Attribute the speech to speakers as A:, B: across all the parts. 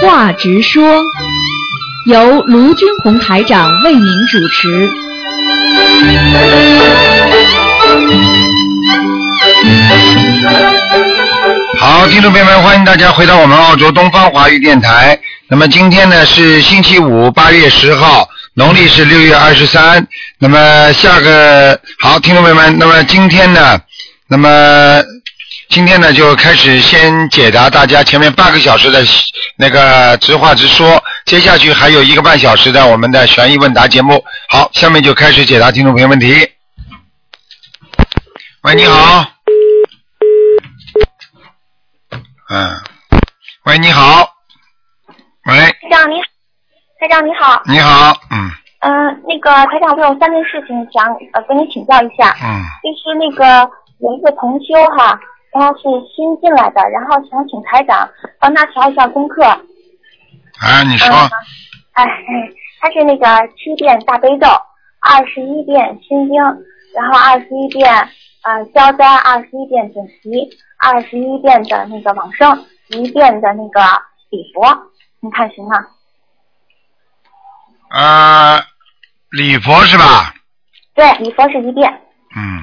A: 话直说，由卢军红台长为您主持。
B: 好，听众朋友们，欢迎大家回到我们澳洲东方华语电台。那么今天呢是星期五，八月十号，农历是六月二十三。那么下个好，听众朋友们，那么今天呢，那么今天呢就开始先解答大家前面半个小时的那个直话直说，接下去还有一个半小时的我们的悬疑问答节目。好，下面就开始解答听众朋友问题。喂，你好。嗯，喂，你好，喂，
C: 台长你，台长你好，
B: 你好，嗯
C: 嗯、那个台长，我有三件事情想呃跟你请教一下，
B: 嗯，
C: 就是那个有一个同修哈，他是新进来的，然后想请台长帮他调一下功课，
B: 啊，你说
C: 嗯，哎， 他是那个七遍大悲咒，二十一遍心经，然后二十一遍呃消灾，二十一遍准提，二十一遍的那个往生，一遍的那个礼佛，你看行吗？
B: 呃，礼佛是吧？
C: 对，礼佛是一遍，
B: 嗯，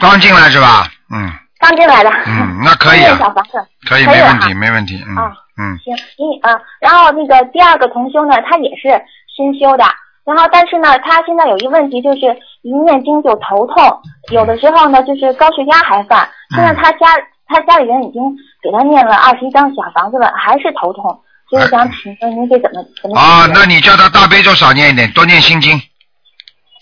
B: 刚进来是吧？嗯
C: 刚进来的。
B: 嗯，那可以啊
C: 一遍小房子。
B: 可以，
C: 可以
B: 没
C: 了
B: 问
C: 哈
B: 题，没问题，嗯
C: 啊
B: 嗯，
C: 行，你啊，然后那个第二个同修呢，他也是新修的，然后但是呢，他现在有一问题就是一念经就头痛，有的时候呢就是高血压还犯，现
B: 嗯
C: 在他家、他家里人已经给他念了二十一张小房子了，还是头痛，所以想请问您这怎么怎么
B: 啊，
C: 解决
B: 那你叫他大悲咒少念一点，多念心经，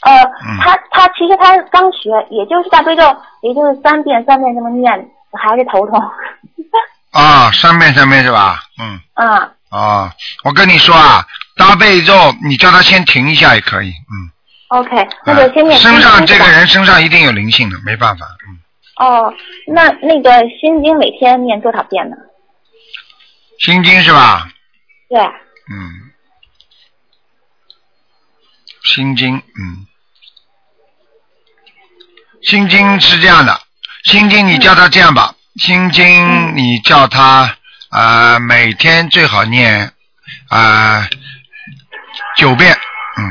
C: 呃
B: 嗯，
C: 他他其实他刚学，也就是大悲咒，也就是三遍三遍这么念，还是头痛，
B: 啊，三遍三遍是吧？嗯，
C: 啊，
B: 啊，我跟你说啊，大悲咒你叫他先停一下也可以，嗯，
C: OK，那
B: 啊
C: 就先念、心
B: 身上
C: 经
B: 这
C: 是吧
B: 个人身上一定有灵性的，没办法，嗯。
C: 哦，那那个心经每天念多少遍呢？
B: 心经是吧？
C: 对，
B: 嗯，心经，嗯，心经是这样的，心经你叫他这样吧，心经你叫他啊、呃每天最好念啊、呃九遍，嗯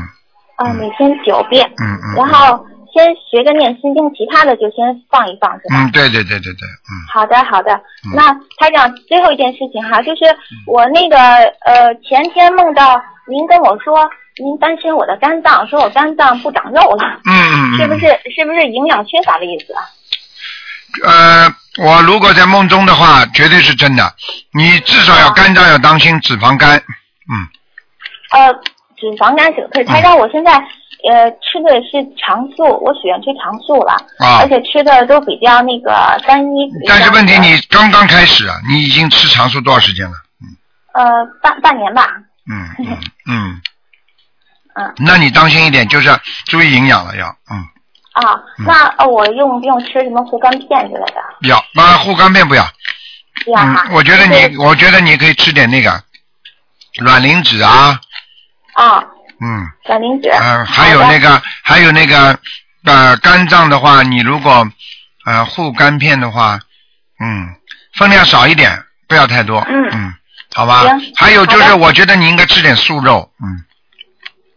C: 啊、每天九遍，
B: 嗯嗯，
C: 然后先学着念心经，其他的就先放一放，是吧？
B: 嗯对对对对对，嗯
C: 好的，好的。那台长，最后一件事情哈，就是
B: 嗯
C: 我那个呃前天梦到您跟我说，您担心我的肝脏，说我肝脏不长肉了，
B: 嗯嗯嗯，
C: 是不是？是不是营养缺乏的意思啊？
B: 呃，我如果在梦中的话，绝对是真的，你至少
C: 哦
B: 要肝脏要当心脂肪肝，嗯。
C: 呃，脂肪肝是可以。台长，我现在呃吃的是常素，我许愿吃常素了，
B: 啊
C: 而且吃的都比较那个单一。
B: 但是问题
C: 比较
B: 你刚刚开始啊，你已经吃长素多少时间了？
C: 呃半半年吧，
B: 嗯 嗯嗯。
C: 嗯。
B: 那你当心一点，就是注意营养了要，嗯，
C: 啊，那呃我用不用吃什么护肝片之类的？
B: 要那护肝片不要，
C: 这样哈、
B: 嗯，我觉得你，
C: 就是
B: 我觉得你可以吃点那个卵磷脂啊，
C: 啊，
B: 嗯
C: 卵磷脂，
B: 嗯、呃还有那
C: 个
B: 个还有那个呃肝脏的话，你如果呃护肝片的话，嗯，分量少一点，不要太多，
C: 嗯
B: 嗯，好吧
C: 行。
B: 还有就
C: 好
B: 是，
C: 的
B: 我觉得你应该吃点素肉，嗯。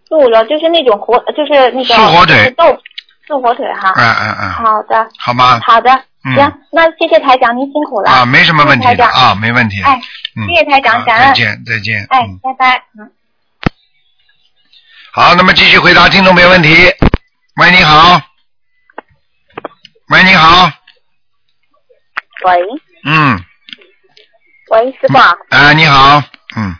C: 素了，就是那种火，就是那个
B: 素火腿
C: 就是豆素火腿哈。
B: 嗯嗯嗯，
C: 啊好的，
B: 好吗？
C: 好的，
B: 嗯
C: 行，那谢谢台长，您辛苦了。
B: 啊，没什么问
C: 谢
B: 题
C: 谢
B: 的
C: 台长。
B: 啊，没问题的。
C: 哎，
B: 嗯，
C: 谢谢台长，
B: 啊
C: 感
B: 再
C: 恩。
B: 见，再见。
C: 哎
B: 嗯，
C: 拜拜。嗯。
B: 好，那么继续回答听众没问题。喂，你好。喂，你好。
D: 喂
B: 嗯，
D: 喂，师傅啊，
B: 哎，你好。嗯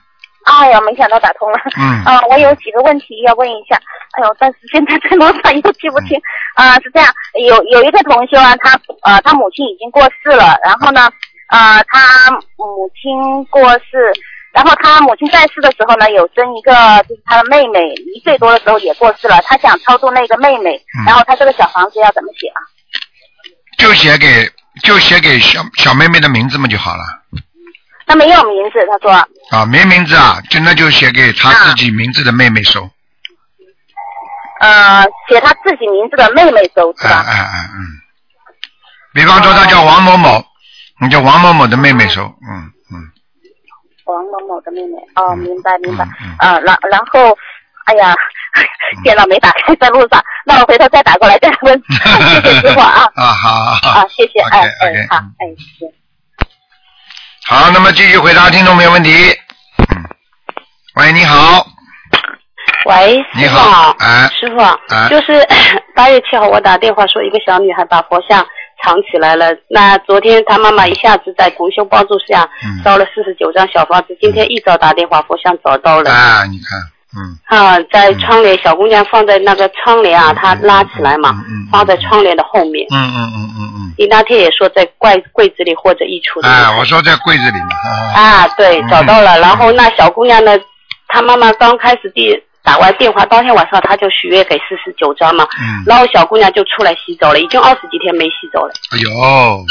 D: 哎呀，没想到打通了。
B: 嗯，
D: 啊，我有几个问题要问一下。哎呦，但是现在在路上又记不清。
B: 嗯
D: 啊，是这样，有有一个同修啊，他呃，他母亲已经过世了，然后呢，呃，他母亲过世，然后他母亲在世的时候呢，有生一个就是他的妹妹，一岁多的时候也过世了，他想超度那个妹妹，
B: 嗯
D: 然后他这个小房子要怎么写啊？
B: 就写给就写给小小妹妹的名字嘛就好了。
D: 他没有名字，他说
B: 啊，没名字啊，就那就写给她
D: 啊
B: 自己名字的妹妹收。
D: 呃，写他自己名字的妹妹走是
B: 哎
D: 吧？
B: 哎哎嗯。比方说，她叫王某某，你叫王某某的妹妹收。嗯嗯。
E: 王某某的妹妹。哦，
B: 嗯
E: 明白明白。
B: 嗯
E: 啊，然然后，哎呀， 电脑没打开，在路上。那我回头再打过来再 问。谢谢师傅啊
B: 啊，好好
E: 啊
B: 好，，
E: 谢谢哎
B: OK，OK，
E: 哎好
B: 嗯
E: 哎行。
B: 好，那么继续回答听众朋友问题。嗯喂，你好，
C: 喂，
B: 你
C: 师傅
B: 好，
C: 好，
B: 哎，
C: 师傅，啊
B: 哎
C: 就是 八月七号我打电话说一个小女孩把佛像藏起来了，那昨天她妈妈一下子在同修帮助下
B: 嗯
C: 烧了四十九张小房子，今天一早打电话佛像找到了。
B: 哎，你看，嗯，
C: 啊，在窗帘，小姑娘放在那个窗帘啊，她拉起来嘛
B: 嗯嗯嗯，
C: 放在窗帘的后面。
B: 嗯嗯嗯嗯嗯，
C: 你那天也说在柜柜子里或者衣橱里。
B: 哎，我说在柜子里嘛，啊
C: 啊，对，找到了。然后那小姑娘呢，她妈妈刚开始第打完电话，当天晚上她就许愿给四十九张嘛。
B: 嗯，
C: 然后小姑娘就出来洗澡了，已经二十几天没洗澡了，
B: 哎呦，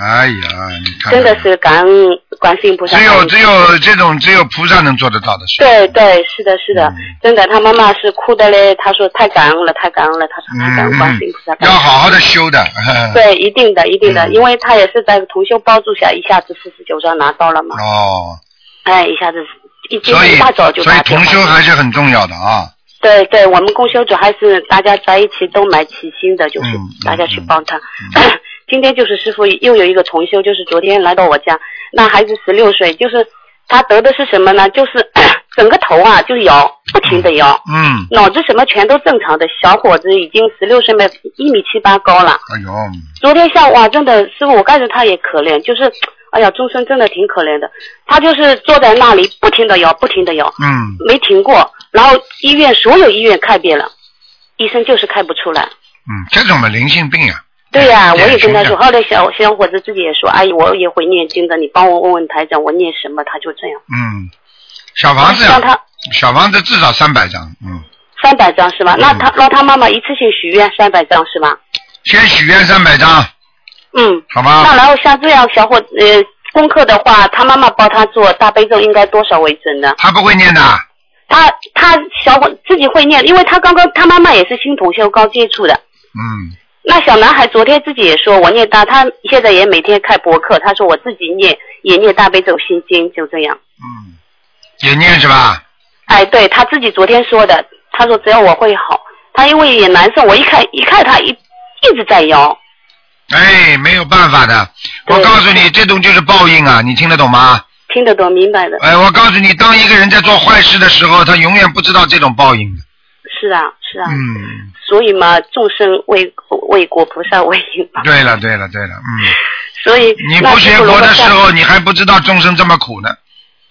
B: 哎呀，你看看，
C: 真的是感恩观世音菩萨。
B: 只有只有这种只有菩萨能做得到的事。
C: 对对，是的，是的
B: 嗯，
C: 真的，她妈妈是哭的嘞，她说太感恩了，太感恩了，她说太感恩
B: 嗯
C: 观世音菩萨。
B: 要好好的修的。呵呵。
C: 对，一定的，一定的，
B: 嗯
C: 因为他也是在同修帮助下，一下子四十九张拿到了嘛，
B: 哦，
C: 哎，一下子一今
B: 所
C: 天
B: 以
C: 一大早就
B: 所以
C: 打电
B: 同
C: 话
B: 修还是很重要的啊。
C: 对对，我们共修组还是大家在一起都蛮齐心的，就是
B: 嗯
C: 大家去帮他。 今天就是师傅又有一个重修，就是昨天来到我家，那孩子十六岁，就是他得的是什么呢？就是 整个头啊就摇，不停的摇，
B: 嗯，
C: 脑子什么全都正常的。小伙子已经十六岁嘛，一米七八高了。
B: 哎呦，
C: 昨天下午啊，真的师傅，我看着他也可怜，就是，哎呀，众生真的挺可怜的。他就是坐在那里，不停的摇，不停的摇，
B: 嗯，
C: 没停过。然后医院所有医院看遍了，医生就是看不出来。
B: 嗯，这种嘛灵性病啊。
C: 对呀、我
B: 典
C: 也跟他
B: 型
C: 说，
B: 的
C: 后来小小伙子自己也说，阿姨，我也会念经的，你帮我问问台长，我念什么？他就这样。
B: 嗯，小房子呀，
C: 让他
B: 小房子至少三百张。嗯，
C: 三百张是吧？那
B: 嗯
C: 他让他妈妈一次性许愿三百张是吧？
B: 先许愿三百张，
C: 嗯。
B: 好
C: 那
B: 吧？
C: 然后像这样小伙呃功课的话，他妈妈帮他做大悲咒应该多少为准呢？
B: 他不会念的。
C: 他他小伙自己会念，因为他刚刚他妈妈也是新同修刚接触的。
B: 嗯，
C: 那小男孩昨天自己也说，我念大，他现在也每天开博客，他说我自己念也念大悲咒心经，就这样。
B: 嗯，也念是吧？
C: 哎，对他自己昨天说的，他说只要我会好，他因为也难受，我一看一看他一一直在摇，
B: 哎，没有办法的。我
C: 对
B: 告诉你，这种就是报应啊！你听得懂吗？
C: 听得懂明白的，
B: 哎，我告诉你，当一个人在做坏事的时候，他永远不知道这种报应的。
C: 是啊是啊，
B: 嗯，
C: 所以嘛，众生为为国菩萨为因 嘛，
B: 对了，对了，对了，嗯，
C: 所以
B: 你
C: 那
B: 不学
C: 如果
B: 佛的
C: 我
B: 时
C: 下
B: 候，你还不知道众生这么苦呢，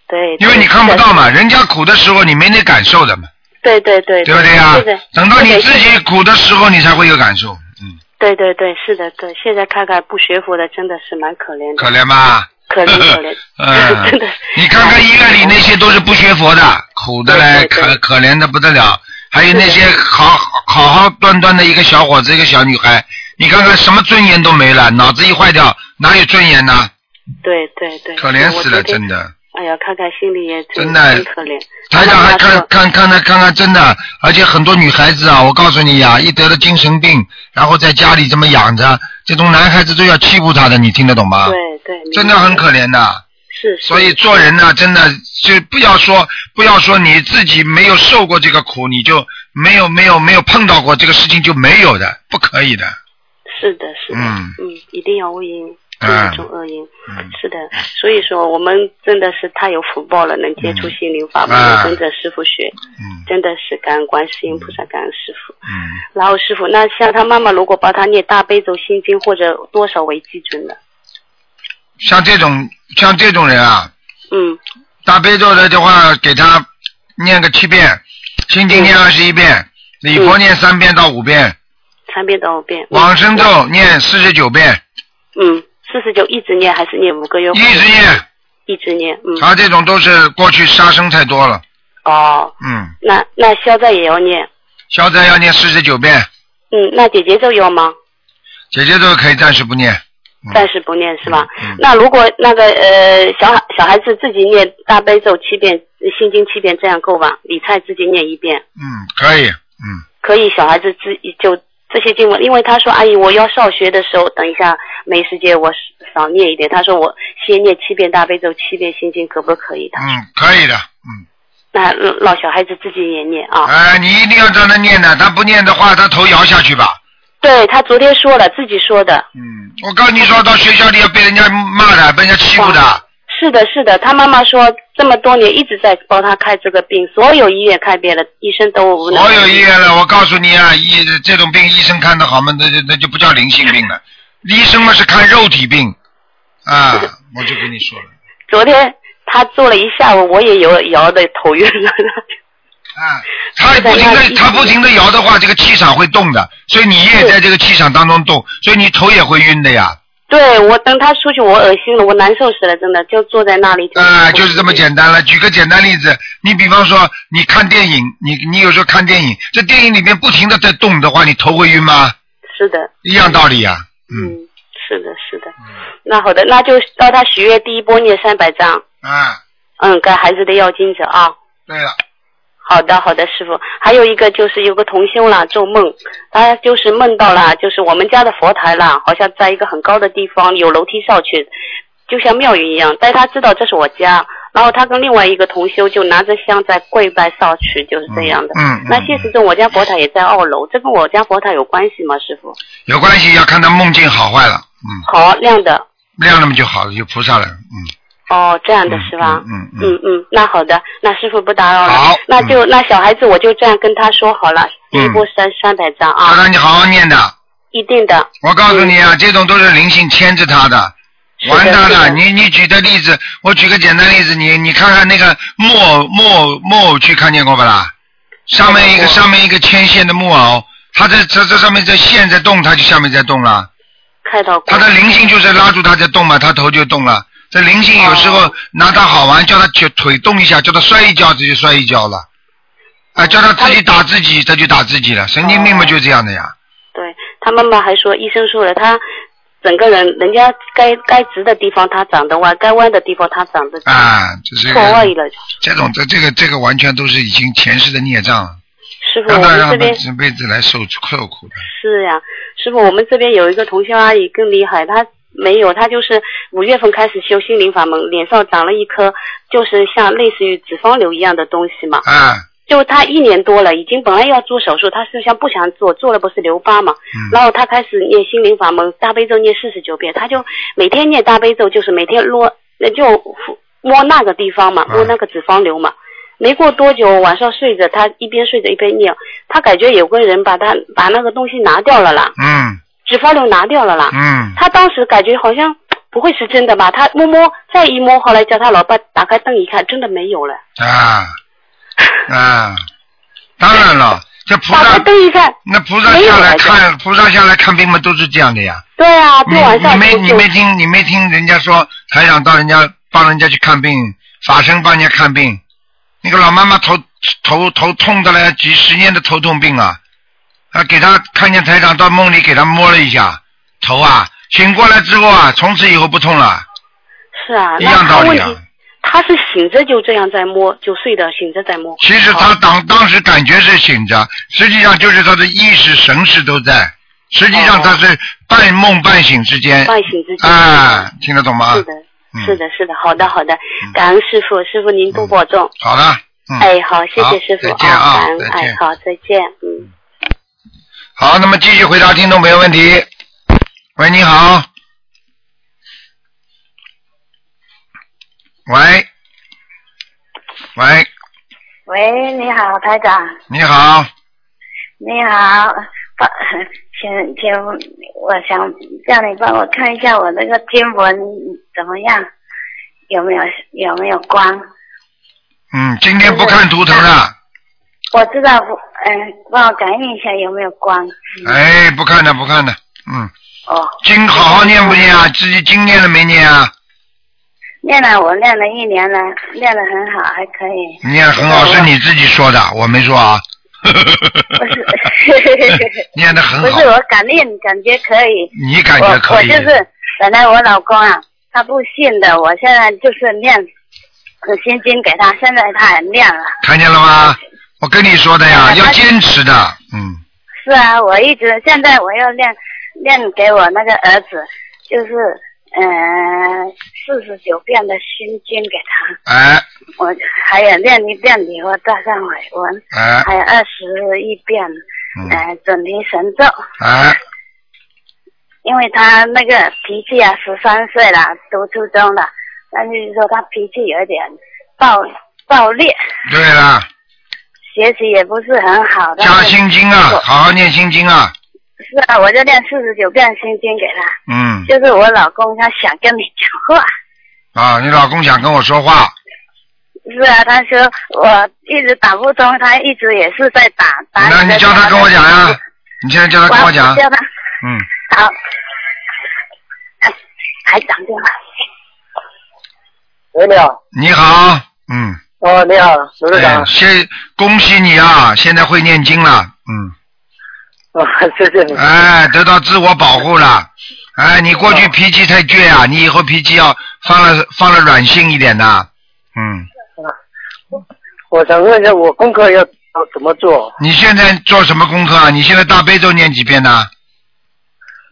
C: 对，
B: 因为
C: 对
B: 你看不，
C: 是
B: 到
C: 的
B: 嘛，人家苦的时候你没那感受的嘛，
C: 对对对，
B: 对不对呀
C: 是的？
B: 等到你
C: 是的
B: 自己苦的时候，你才会有感受，嗯，
C: 对对对，是的，对。现在看看不学佛的真的是蛮可怜的，
B: 可怜吧？，
C: 可怜可怜
B: 嗯
C: 真的。，
B: 你看看医院里那些都是不学佛的，苦的嘞，
C: 对对
B: 可
C: 对
B: 可怜的不得了。还有那些好好好端端的一个小伙子，一个小女孩，你看看什么尊严都没了，脑子一坏掉，哪有尊严呢？
C: 对对对，
B: 可怜死了，
C: 我昨天
B: 真。的。
C: 哎呀，看看心里也
B: 真的
C: 挺可怜。
B: 台长还
C: 妈妈
B: 看
C: 说
B: 看看看看看，真的，而且很多女孩子啊，我告诉你呀、一得了精神病，然后在家里这么养着，这种男孩子都要欺负她的，你听得懂吗？
C: 对对，明白
B: 真的很可怜的。
C: 是，是
B: 所以做人呢、真的就不要说不要说你自己没有受过这个苦，你就没有没有没有碰到过这个事情就没有的，不可以的。
C: 是的，是的，
B: 嗯
C: 嗯，一定要为因，
B: 嗯
C: 不能种恶因。
B: 嗯
C: 是的，所以说我们真的是太有福报了，能接触
B: 嗯
C: 心灵法门，
B: 啊
C: 能跟着师傅学，
B: 嗯
C: 真的是感恩观世音菩萨，感恩师傅。
B: 嗯，
C: 然后师傅，那像他妈妈如果帮他念大悲咒心经或者多少为基准的？
B: 像这种像这种人啊，
C: 嗯，
B: 大悲咒的的话，给他念个七遍，心经念二十一遍，礼佛念三遍到五遍，
C: 三遍到五嗯遍。
B: 往生咒念四十九遍，
C: 嗯，四十九一直念还是念五个月？
B: 一直念。
C: 一直念。嗯。
B: 他这种都是过去杀生太多了，
C: 哦，
B: 嗯，
C: 那那消灾也要念。
B: 消灾要念四十九遍，
C: 嗯，那姐姐咒要吗？
B: 姐姐咒可以暂时不念。嗯
C: 暂时不念是吧？
B: 嗯嗯
C: 那如果那个呃小孩小孩子自己念大悲咒七遍，心经七遍，这样够吧？理财自己念一遍，
B: 嗯，可以，嗯，
C: 可以小孩子自己就这些经文，因为他说阿姨，我要上学的时候，等一下没时间，我少念一点。他说我先念七遍大悲咒，七遍心经，可不可以的？
B: 嗯，可以的，嗯，
C: 那老小孩子自己也念啊。
B: 哎，你一定要让他念的，他不念的话，他头摇下去吧。
C: 对他昨天说了，自己说的。
B: 嗯，我告诉你说，到学校里要被人家骂的，被人家欺负的。
C: 是的，是的，他妈妈说这么多年一直在帮他开这个病，所有医院看遍了，医生都无能。
B: 所有医院了，我告诉你啊，医这种病医生看得好吗？那就那就不叫灵性病了，医生嘛是看肉体病，啊，我就跟你说了，
C: 昨天他做了一下午，我也摇摇的头 晕了。
B: 啊，他不停的他不停的摇的话，这个气场会动的，所以你也在这个气场当中动，所以你头也会晕的呀，
C: 对我等他出去，我恶心了，我难受死了，真的就坐在那里。
B: 啊，就是这么。简单了。举个简单例子，你比方说你看电影，你你有时候看电影，这电影里面不停的在动的话，你头会晕吗？
C: 是的，
B: 一样道理呀、嗯，
C: 嗯，是的，是的。那好的，那就到他许愿第一波念三百章，
B: 啊，
C: 嗯，给孩子的要经者啊。
B: 对了。
C: 好的，好的，师傅。还有一个就是有个同修啦，做梦，他就是梦到啦，就是我们家的佛台啦，好像在一个很高的地方，有楼梯上去，就像庙宇一样。但他知道这是我家，然后他跟另外一个同修就拿着香在跪拜上去，就是这样的。
B: 嗯嗯嗯
C: 那现实中我家佛台也在二楼，这跟我家佛台有关系吗，师傅？
B: 有关系，要看他梦境好坏了，嗯，
C: 好亮的，
B: 亮了嘛就好了，有菩萨了，嗯，
C: 哦，这样的是吧？
B: 嗯嗯
C: 嗯嗯，那好的，那师傅不打扰了。
B: 好
C: 那就、那小孩子我就这样跟他说好了，
B: 嗯
C: 第一波三三百张
B: 好
C: 啊，
B: 的，你好好念的。
C: 一定的。
B: 我告诉你啊，这种都是灵性牵着他的，
C: 是的
B: 完蛋了。
C: 是的
B: 你你举的例子，我举个简单例子，你你看看那个木偶木偶木偶去看见过不啦？上面一个上面一个牵线的木偶，它在这这上面这线在动，它就下面在动了。
C: 看到过
B: 他。的灵性就是拉住他在动嘛，他头就动了。这灵性有时
C: 哦
B: 候拿他好玩，叫他腿腿动一下，叫他摔一跤，这就摔一跤了。啊，叫他自己打自己，他就打自己了。神经病嘛，
C: 哦
B: 就这样的呀。
C: 对他妈妈还说，医生说了，他整个人，人家该该直的地方他长得弯，该弯的地方他长得直，
B: 啊，这是一
C: 错位
B: 个
C: 了。
B: 这种这这个这个完全都是已经前世的孽障了，
C: 师傅，
B: 让
C: 我
B: 他
C: 们这
B: 让他
C: 边
B: 这辈子来受受苦的。
C: 是呀、师傅，我们这边有一个同修阿姨更厉害，她没有，她就是五月份开始修心灵法门，脸上长了一颗就是像类似于脂肪瘤一样的东西嘛，
B: 啊，
C: 就她一年多了，已经本来要做手术，她是想不想做，做了不是留疤嘛，
B: 嗯，
C: 然后她开始念心灵法门，大悲咒念四十九遍，她就每天念大悲咒，就是每天摸，那就摸那个地方嘛，
B: 嗯
C: 摸那个脂肪瘤嘛。没过多久，晚上睡着，她一边睡着一边念，她感觉有个人把她把那个东西拿掉了啦，
B: 嗯
C: 脂肪瘤拿掉了啦。
B: 嗯，
C: 她当时感觉好像不会是真的吧？她摸摸再一摸，后来叫她老爸打开灯一看，真的没有了。
B: 啊啊，当然了，这菩
C: 打开
B: 萨
C: 灯一看，
B: 那菩萨下来看，菩萨下来看病嘛，都是这样的呀。
C: 对啊，
B: 你
C: 对晚
B: 你
C: 上
B: 没
C: 就
B: 你没听你没听人家说，台长到人家帮人家去看病，法身帮人家看病，那个老妈妈头头头痛的嘞，几十年的头痛病啊，啊，给她看见台长到梦里给她摸了一下头啊，醒过来之后啊，从此以后不痛了，
C: 是啊，
B: 一
C: 那
B: 样
C: 她
B: 道
C: 问
B: 理
C: 题
B: 啊。
C: 他是醒着就这样在摸，就睡的醒着在摸。哦
B: 其实他
C: 好
B: 当当时感觉是醒着，实际上就是他的意识、神识都在，实际上
C: 哦
B: 他是半梦半醒之间。
C: 半醒之间。
B: 啊，听得懂吗？
C: 是的，
B: 嗯
C: 是的，是的，好的，好的，感恩师傅，师傅您多保重。
B: 好了，嗯，
C: 哎，好，谢
B: 好
C: 谢师傅
B: 再见啊
C: 感恩
B: 再，见
C: 哎，好，再见，嗯。
B: 好，那么继续回答听众朋友问题。喂，你好。喂，喂，
F: 喂，你好，台长。
B: 你好，
F: 你好，帮， 请请，我想叫你帮我看一下我那个经文怎么样，有没有有没有光？
B: 嗯，今天不看图腾啊了，
F: 我知道不，嗯、帮我感应一下有没有光。
B: 哎，不看了，不看了，嗯，
F: 哦，
B: 经好好念不念啊？自己经念了没念啊？
F: 念了我念了一年了，念得很好，还可以。
B: 念得很好，是你自己说的，我没说啊。
F: 不 是
B: 念的很
F: 不
B: 好
F: 是，我感应感觉可以。
B: 你感觉可以
F: 我我就是本来我老公啊，他不信的，我现在就是念《心经》给他，现在他也念了。
B: 看见了吗？我跟你说的呀，
F: 哎
B: 要
F: 他
B: 坚持的，嗯，
E: 是啊，我一直现在我要练练给我那个儿子，就是嗯四十九遍的心经给他，
B: 哎
E: 我还有练一遍礼佛大忏悔文，
B: 哎
E: 还有二十一遍
B: 嗯
E: 呃准提神咒，
B: 哎
E: 因为他那个脾气啊，十三岁了，读初中了，但是说他脾气有点暴暴烈，
B: 对了，
E: 学习也不是很好的。
B: 加心经啊，好好念心经啊，
E: 是啊，我就练四十九遍心经给他。
B: 嗯
E: 就是我老公他想跟你讲话，
B: 啊，你老公想跟我说话，
E: 是啊，他说我一直打不通，他一直也是在打打。
B: 那你叫他跟我讲呀、你现在叫他跟我讲
E: 我，叫他
B: 嗯，
E: 好。哎还讲电话，
G: 喂，你好，
B: 你好，嗯，
G: 哦，你好，卢队长
B: 哎，先恭喜你啊，现在会念经了，嗯。
G: 哦，谢谢你，
B: 哎，得到自我保护了。哎，你过去脾气太倔啊，你以后脾气要放了放了软性一点呐。嗯，
G: 我想问一下，我功课要要怎么做？
B: 你现在做什么功课啊？你现在大悲咒念几遍呢？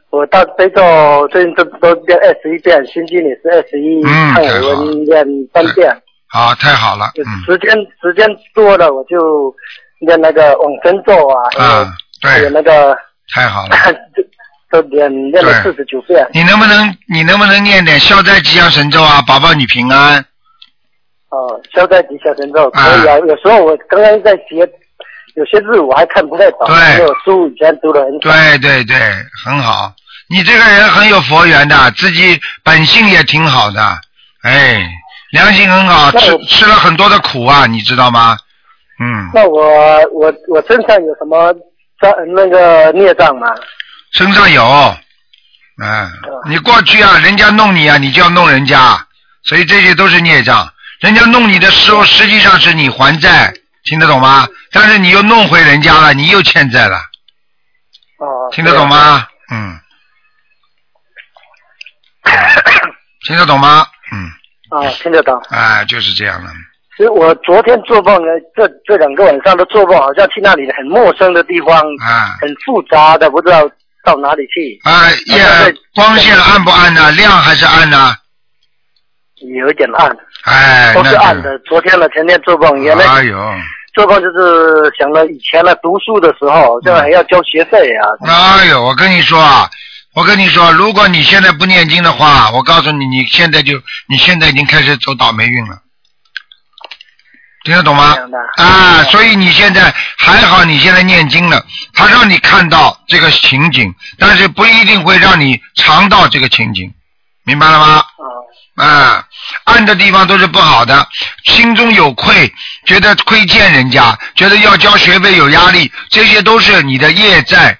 G: 我大悲咒最近都都练二十一遍，心经也是二十一，
B: 嗯
G: 忏悔
B: 太好了
G: 文练三遍，
B: 好，太好了。嗯
G: 时间时间多了我就练那个往生咒啊，
B: 啊，
G: 还有
B: 对，
G: 那个
B: 太好了。
G: 都练练了
B: 对
G: 四十九遍。
B: 你能不能你能不能念点消灾吉祥神咒啊？保保你平安。
G: 哦，消灾吉祥神咒可
B: 啊
G: 以啊。有时候我刚刚在学，有些字我还看不太懂，
B: 对
G: 因为我书以前读的很少。
B: 对对对，很好。你这个人很有佛缘的，自己本性也挺好的，哎，良心很好，
G: 那
B: 吃
G: 我
B: 吃了很多的苦啊，你知道吗？嗯。
G: 那我我我身上有什么障那个孽障吗？
B: 身上有，嗯，你过去啊，人家弄你啊，你就要弄人家，所以这些都是孽障。人家弄你的时
G: 嗯
B: 候，实际上是你还债，听得懂吗？但是你又弄回人家了，你又欠债了，
G: 哦，
B: 听得懂吗？嗯， 听得懂吗？嗯，
G: 对？啊，听得懂。
B: 哎，就是这样的。
G: 其实我昨天做梦呢，这这两个晚上都做梦，好像去那里很陌生的地方，
B: 啊
G: 很复杂的，不知道到哪里去，
B: 啊，
G: 呃
B: 夜光线暗不暗呢、亮还是暗呢、
G: 有一点暗，
B: 哎，
G: 都
B: 那
G: 是
B: 就
G: 暗。的。昨天的前天做梦，原来
B: 哎呦，
G: 做梦就是想了以前呢读书的时候，
B: 嗯
G: 这还要交学费啊，
B: 哎呦，我跟你说啊，我跟你说，如果你现在不念经的话，我告诉你，你现在就你现在已经开始走倒霉运了，听得懂吗
G: 这？样的。
B: 啊，所以你现在还好，你现在念经了，他让你看到这个情景，但是不一定会让你尝到这个情景，明白了吗？
G: 啊，
B: 啊，暗的地方都是不好的，心中有愧，觉得亏欠人家，觉得要交学费有压力，这些都是你的业债。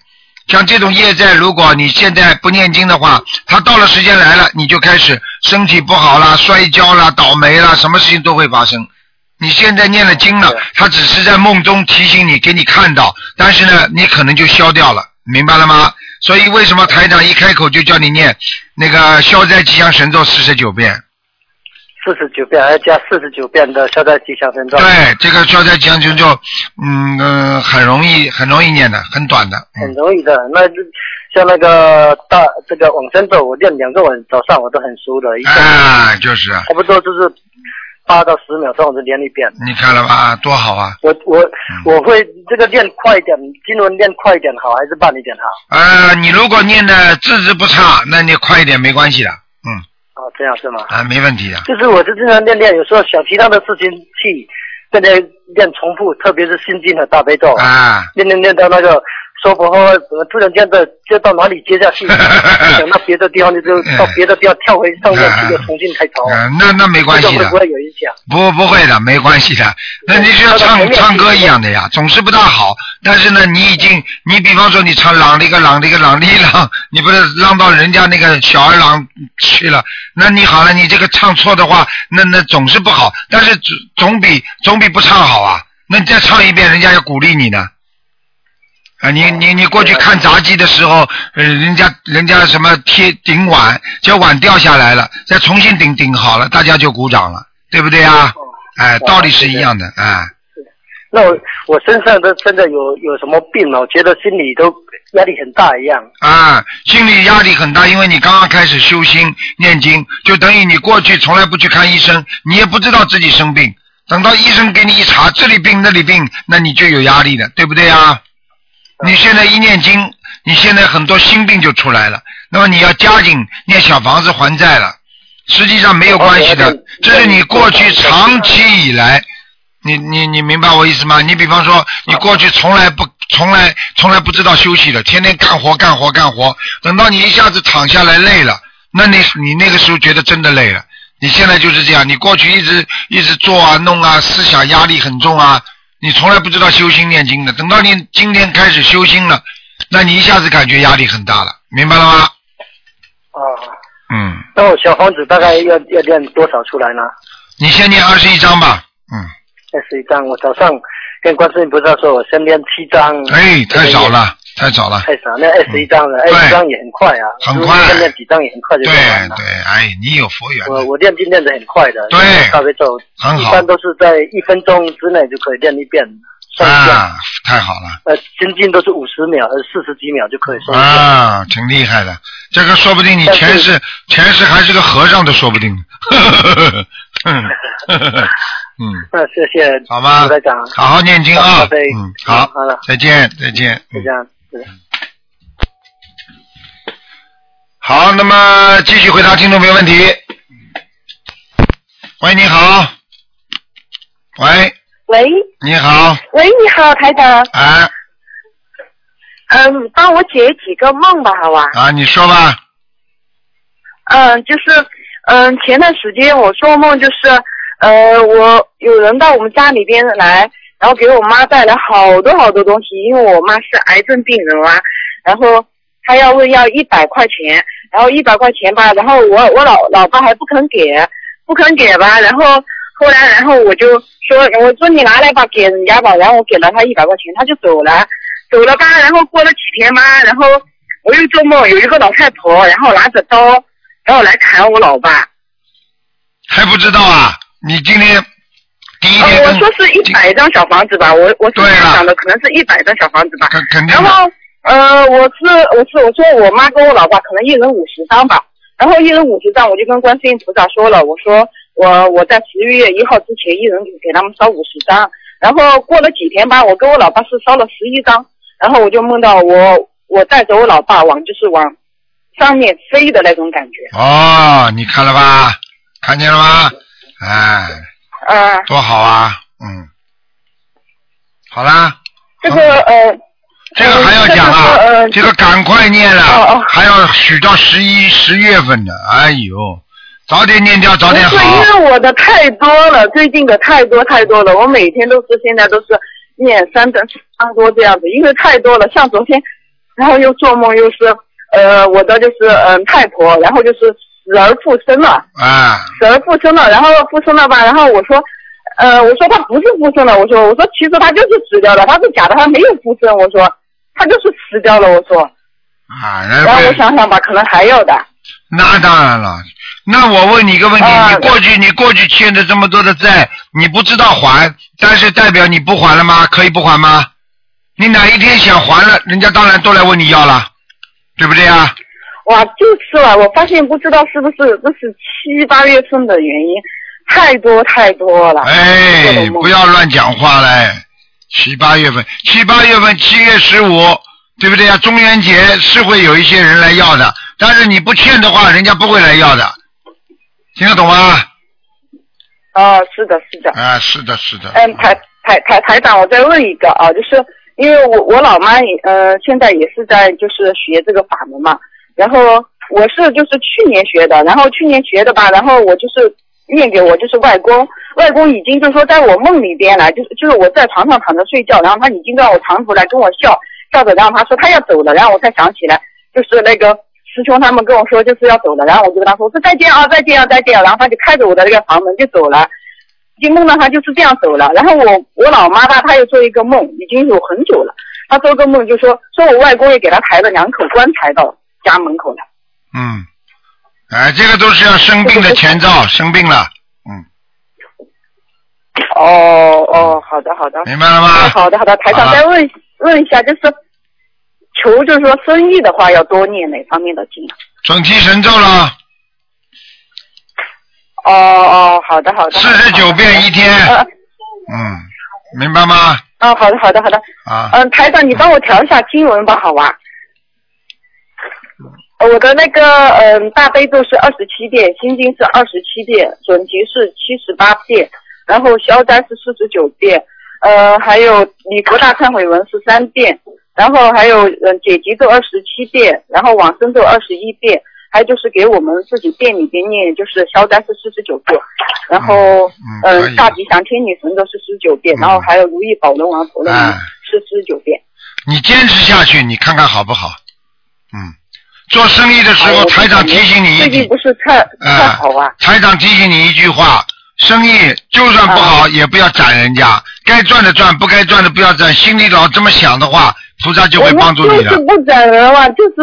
B: 像这种业债，如果你现在不念经的话，他到了时间来了，你就开始身体不好啦、摔跤啦、倒霉啦，什么事情都会发生。你现在念了经了
G: 对，
B: 他只是在梦中提醒你，给你看到，但是呢，你可能就消掉了，明白了吗？所以为什么台长一开口就叫你念那个消灾吉祥神咒四十九遍？
G: 四十九遍还要加四十九遍的消灾吉祥神咒。
B: 对，这个消灾吉祥神咒，嗯、呃很容易很容易念的，很短的。嗯
G: 很容易的。那就像那个大这个往生咒，我练两个晚，早上我都很熟的，一下
B: 啊，就是，
G: 差不多就是八到十秒钟我就练一遍。
B: 你看了吧，多好啊！
G: 我我我会这个练快一点，经文练快一点好还是慢一点好？
B: 呃，你如果念的字字不差，那你快一点没关系的，嗯，
G: 哦，这样是吗？
B: 啊，没问题的。
G: 就是我就经常练练，有时候小其他的事情去跟着练重复，特别是心经和大悲咒，
B: 啊，
G: 练练练到那个说不后，怎么突然间的接到哪里接下 去，想到别的地方就就
B: 哎
G: 到别的地方跳回上面去，又重新开头。
B: 呃那那没关系
G: 这个
B: 的
G: 会不，会有影响？
B: 不不会的，没关系的。那你就像唱唱歌一样的呀，总是不大好。但是呢，你已经，你比方说你唱朗里个朗里个 朗里朗，你不是浪到人家那个小儿郎去了？那你好了，你这个唱错的话，那那总是不好。但是总总比总比不唱好啊。那你再唱一遍，人家要鼓励你呢。啊，你你你过去看杂技的时候，呃，人家人家什么贴顶碗，这碗掉下来了，再重新顶顶好了，大家就鼓掌了，对不对啊？哎，道理是一样的，哎，
G: 那我我身上的真的有有什么病啊了？我觉得心里都压力很大一样。
B: 啊，心理压力很大，因为你刚刚开始修心念经，就等于你过去从来不去看医生，你也不知道自己生病。等到医生给你一查，这里病那里病，那你就有压力了，对不对啊？你现在一念经，你现在很多心病就出来了。那么你要加紧念小房子还债了。实际上没有关系的
G: 哦，
B: 这是你过去长期以来，你你你明白我意思吗？你比方说，你过去从来不从来从来不知道休息的，天天干活干活干活，等到你一下子躺下来累了，那你你那个时候觉得真的累了。你现在就是这样，你过去一直一直做啊弄啊，思想压力很重啊，你从来不知道修心念经的。等到你今天开始修心了，那你一下子感觉压力很大了，明白了吗？
G: 啊，
B: 嗯，
G: 那我小房子大概要要练多少出来呢？
B: 你先念二十一章吧。嗯。
G: 二十一张，我早上跟观世音菩萨说，我先练七张。
B: 哎，太少。了，太少了。
G: 太少，那二十一张了，二
B: 对
G: 十一张也很快啊，
B: 很快
G: 现练几张也很快就
B: 对
G: 练完了。
B: 对，哎，你有佛缘的，
G: 我我练经练得很快的，
B: 对
G: 大悲咒，
B: 很
G: 一
B: 好
G: 般都是在一分钟之内就可以练一遍，算一遍。
B: 啊，太好了
G: 呃，心经都是五十秒，呃，四十几秒就可以算一遍。
B: 啊，挺厉害的。这个说不定你
G: 但是
B: 前世前世还是个和尚都说不定。 嗯，嗯，
G: 那谢谢
B: 好吧
G: 卢台长，
B: 好好念经啊。
G: 好的
B: 嗯，好
G: 好了，
B: 再见，再见。
G: 就
B: 嗯
G: 这样。嗯
B: 好，那么继续回答听众朋友问题。喂，你好。喂，
H: 喂
B: 你好，
H: 喂，你好，台长，
B: 哎
H: 嗯，帮我解几个梦吧，好吧？
B: 啊，你说吧，
H: 嗯，就是，嗯，前段时间我做梦就是，呃，我有人到我们家里边来，然后给我妈带来好多好多东西，因为我妈是癌症病人嘛，然后她要问要一百块钱，然后一百块钱吧，然后我我老老爸还不肯给，不肯给吧，然后后来然后我就说我说你拿来吧，给人家吧，然后我给了他一百块钱，他就走了，走了吧，然后过了几天嘛，然后我又做梦有一个老太婆，然后拿着刀。然后来砍我老爸。
B: 还不知道啊？你今天第一
H: 呃
B: 天，
H: 我
E: 啊
B: 跟
H: 说是一百张小房子吧，我我
B: 对
H: 是
B: 了嗯
H: 想的可能是一百张小房子吧。
B: 肯肯定
H: 然
B: 的。
H: 后呃，我是我是我说我妈跟我老爸可能一人五十张吧，然后一人五十张，我就跟观世音菩萨说了，我说我我在十一月一号之前一人给他们烧五十张，然后过了几天吧，我跟我老爸是烧了十一张，然后我就梦到我我带着我老爸往就是往上面飞的那种感觉，
B: 哦，你看了吧？看见了吗？哎，
H: 啊、
B: 多好啊！嗯，好啦，
H: 这个呃。
B: 这个还要讲
H: 呃这个
B: 啊
H: 呃，
B: 这个赶快念
H: 哦
B: 了
H: 哦，
B: 还要许到十一十月份的。哎呦，早点念掉，早
H: 不
B: 点好
H: 是，。因为我的太多了，最近的太多太多了，我每天都是现在都是念三等三多这样子，因为太多了。像昨天，然后又做梦又是呃我的就是嗯、太婆，然后就是死而复生了，
B: 啊，
H: 死而复生了，然后复生了吧，然后我说。呃，我说他不是复生了，我说我说其实他就是死掉了，他是假的，他没有复生，我说他就是死掉了，我说，
B: 啊，
H: 然
B: 那
H: 后我
B: 会
H: 想想吧，可能还要的，
B: 那当然了。那我问你一个问题，
H: 啊
B: 你过去你过去欠的这么多的债，你不知道还，但是代表你不还了吗？可以不还吗？你哪一天想还了，人家当然都来问你要了，对不对啊？
H: 哇，就是了，我发现不知道是不是这是七八月份的原因，太多太多了。啊做
B: 哎
H: 的，梦
B: 不要乱讲话嘞！七八月份，七八月份，七月十五，对不对呀、中元节是会有一些人来要的，但是你不欠的话，人家不会来要的，听得懂吗？
H: 啊，是的，是的。
B: 啊，是的，是的。
H: 嗯，台台台台长，我再问一个啊，就是因为我我老妈也呃现在也是在就是学这个法门嘛，然后我是就是去年学的，然后去年学的吧，然后我就是念给我就是外公，外公已经就是说在我梦里边来，就是就是我在床上躺着睡觉，然后他已经在我床头来跟我笑笑着，然后他说他要走了，然后我才想起来就是那个。师兄他们跟我说就是要走了，然后我就跟他说说再见啊，再见啊，再见啊，然后他就开着我的那个房门就走了，已经梦到他就是这样走了。然后我我老妈吧，她又做一个梦，已经有很久了。她做个梦就说说我外公也给她抬了两口棺材到家门口了。
B: 嗯，哎，这个都是要生病的前兆，生病了。
H: 哦哦，好的好的。
B: 明白了吗？
H: 好的好的，台
B: 好
H: 长
B: 了
H: 再问问一下，就是求就是说生意的话，要多念哪方面的经？
B: 准提神咒了，
H: 哦哦，好的好的。
B: 四十九遍一天，
H: 呃
B: 嗯，明白吗？
H: 哦，好的好的好的，
B: 啊，
H: 嗯，台长你帮我调一下经文吧，好吧？呃我的那个嗯大悲咒是二十七遍，心经是二十七遍，准提是七十八遍，然后消灾是四十九遍，呃，还有礼佛大忏悔文是三遍，然后还有嗯解结咒二十七遍，然后往生咒二十一遍，还有就是给我们自己店里边念，就是消灾是四十九遍，然后
B: 嗯嗯可以
H: 嗯大吉祥天女神咒是十九遍，然后还有如意宝轮王陀罗尼
B: 哎
H: 是四十九遍。
B: 你坚持下去，你看看好不好？嗯，做生意的时
H: 哎
B: 候，
H: 我
B: 台长提醒你一
H: 最近
B: 句，
H: 不是太太好啊？
B: 台长提醒你一句话：生意就算不
H: 啊
B: 好，也不要斩人家，该赚的赚，不该赚的不要赚。心里老这么想的话，菩萨就
H: 我
B: 会
H: 们
B: 帮助你
H: 就是
B: 的。
H: 不整人嘛，就是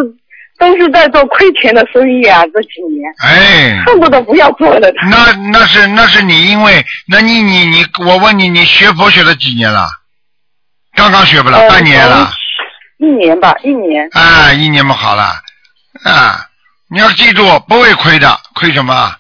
H: 都是在做亏钱的生意啊，这几年
B: 哎，
H: 恨不得不要做了他。
B: 那那是那是你因为，那你你你，我问你，你学佛学了几年了？刚刚学不了，
H: 呃
B: 半年了，，
H: 从一年吧，一年。
B: 啊，一年不好了，啊，你要记住，不会亏的，亏什么？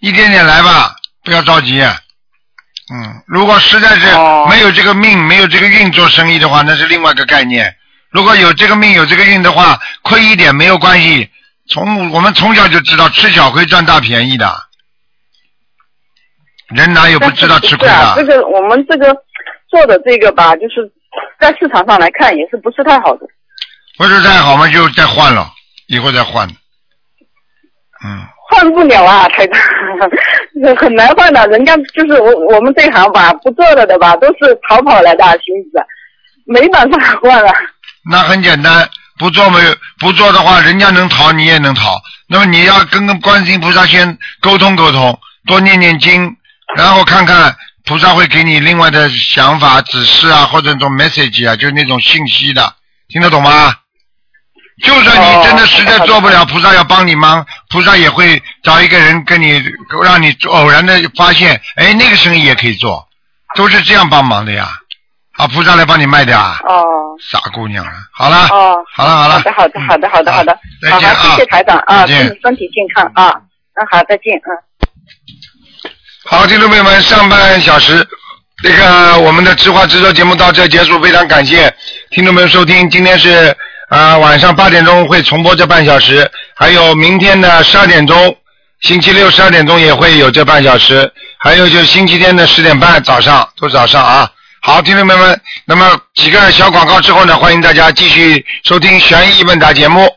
B: 一点点来吧，不要着急。嗯，如果实在是
H: 哦
B: 没有这个命，没有这个运做生意的话，那是另外一个概念。如果有这个命，有这个运的话，亏一点没有关系。从我们从小就知道吃小亏占大便宜的，人哪有不知道吃亏
H: 但是不是啊，这
B: 的？
H: 个我们这个做的这个吧，就是在市场上来看也是不是太好的。
B: 不是太好嘛，就再换了，以后再换。嗯。
H: 换不了啊，台长， 很难换的。人家就是我我们这行吧，不做了的吧，都是逃跑来的啊寻子，没办法换了。
B: 那很简单，不做没有不做的话，人家能逃你也能逃。那么你要跟观世音菩萨先沟通沟通，多念念经，然后看看菩萨会给你另外的想法、指示啊，或者那种 message 啊，就是那种信息的，听得懂吗？就算你真的实在做不了，菩萨要帮你忙，菩萨也会找一个人跟你，让你偶然的发现，哎，那个生意也可以做，都是这样帮忙的呀。啊，菩萨来帮你卖的啊。
H: 哦
B: 傻姑娘啊！好了，
H: 哦，
B: 好了，好了，
H: 好的好的好的好的好的，
B: 嗯
H: 好
B: 再见
H: 的，
B: 啊，
H: 谢谢台长啊，
B: 再见
H: 祝你身体健康啊，嗯好，再见嗯。
B: 好，听众朋友们，上半小时那个我们的直话直说节目到这结束，非常感谢听众朋友收听。今天是啊、呃晚上八点钟会重播这半小时，还有明天的十二点钟，星期六十二点钟也会有这半小时，还有就是星期天的十点半早上都是早上啊。好，听众朋友们，那么几个小广告之后呢，欢迎大家继续收听《悬疑问答》节目。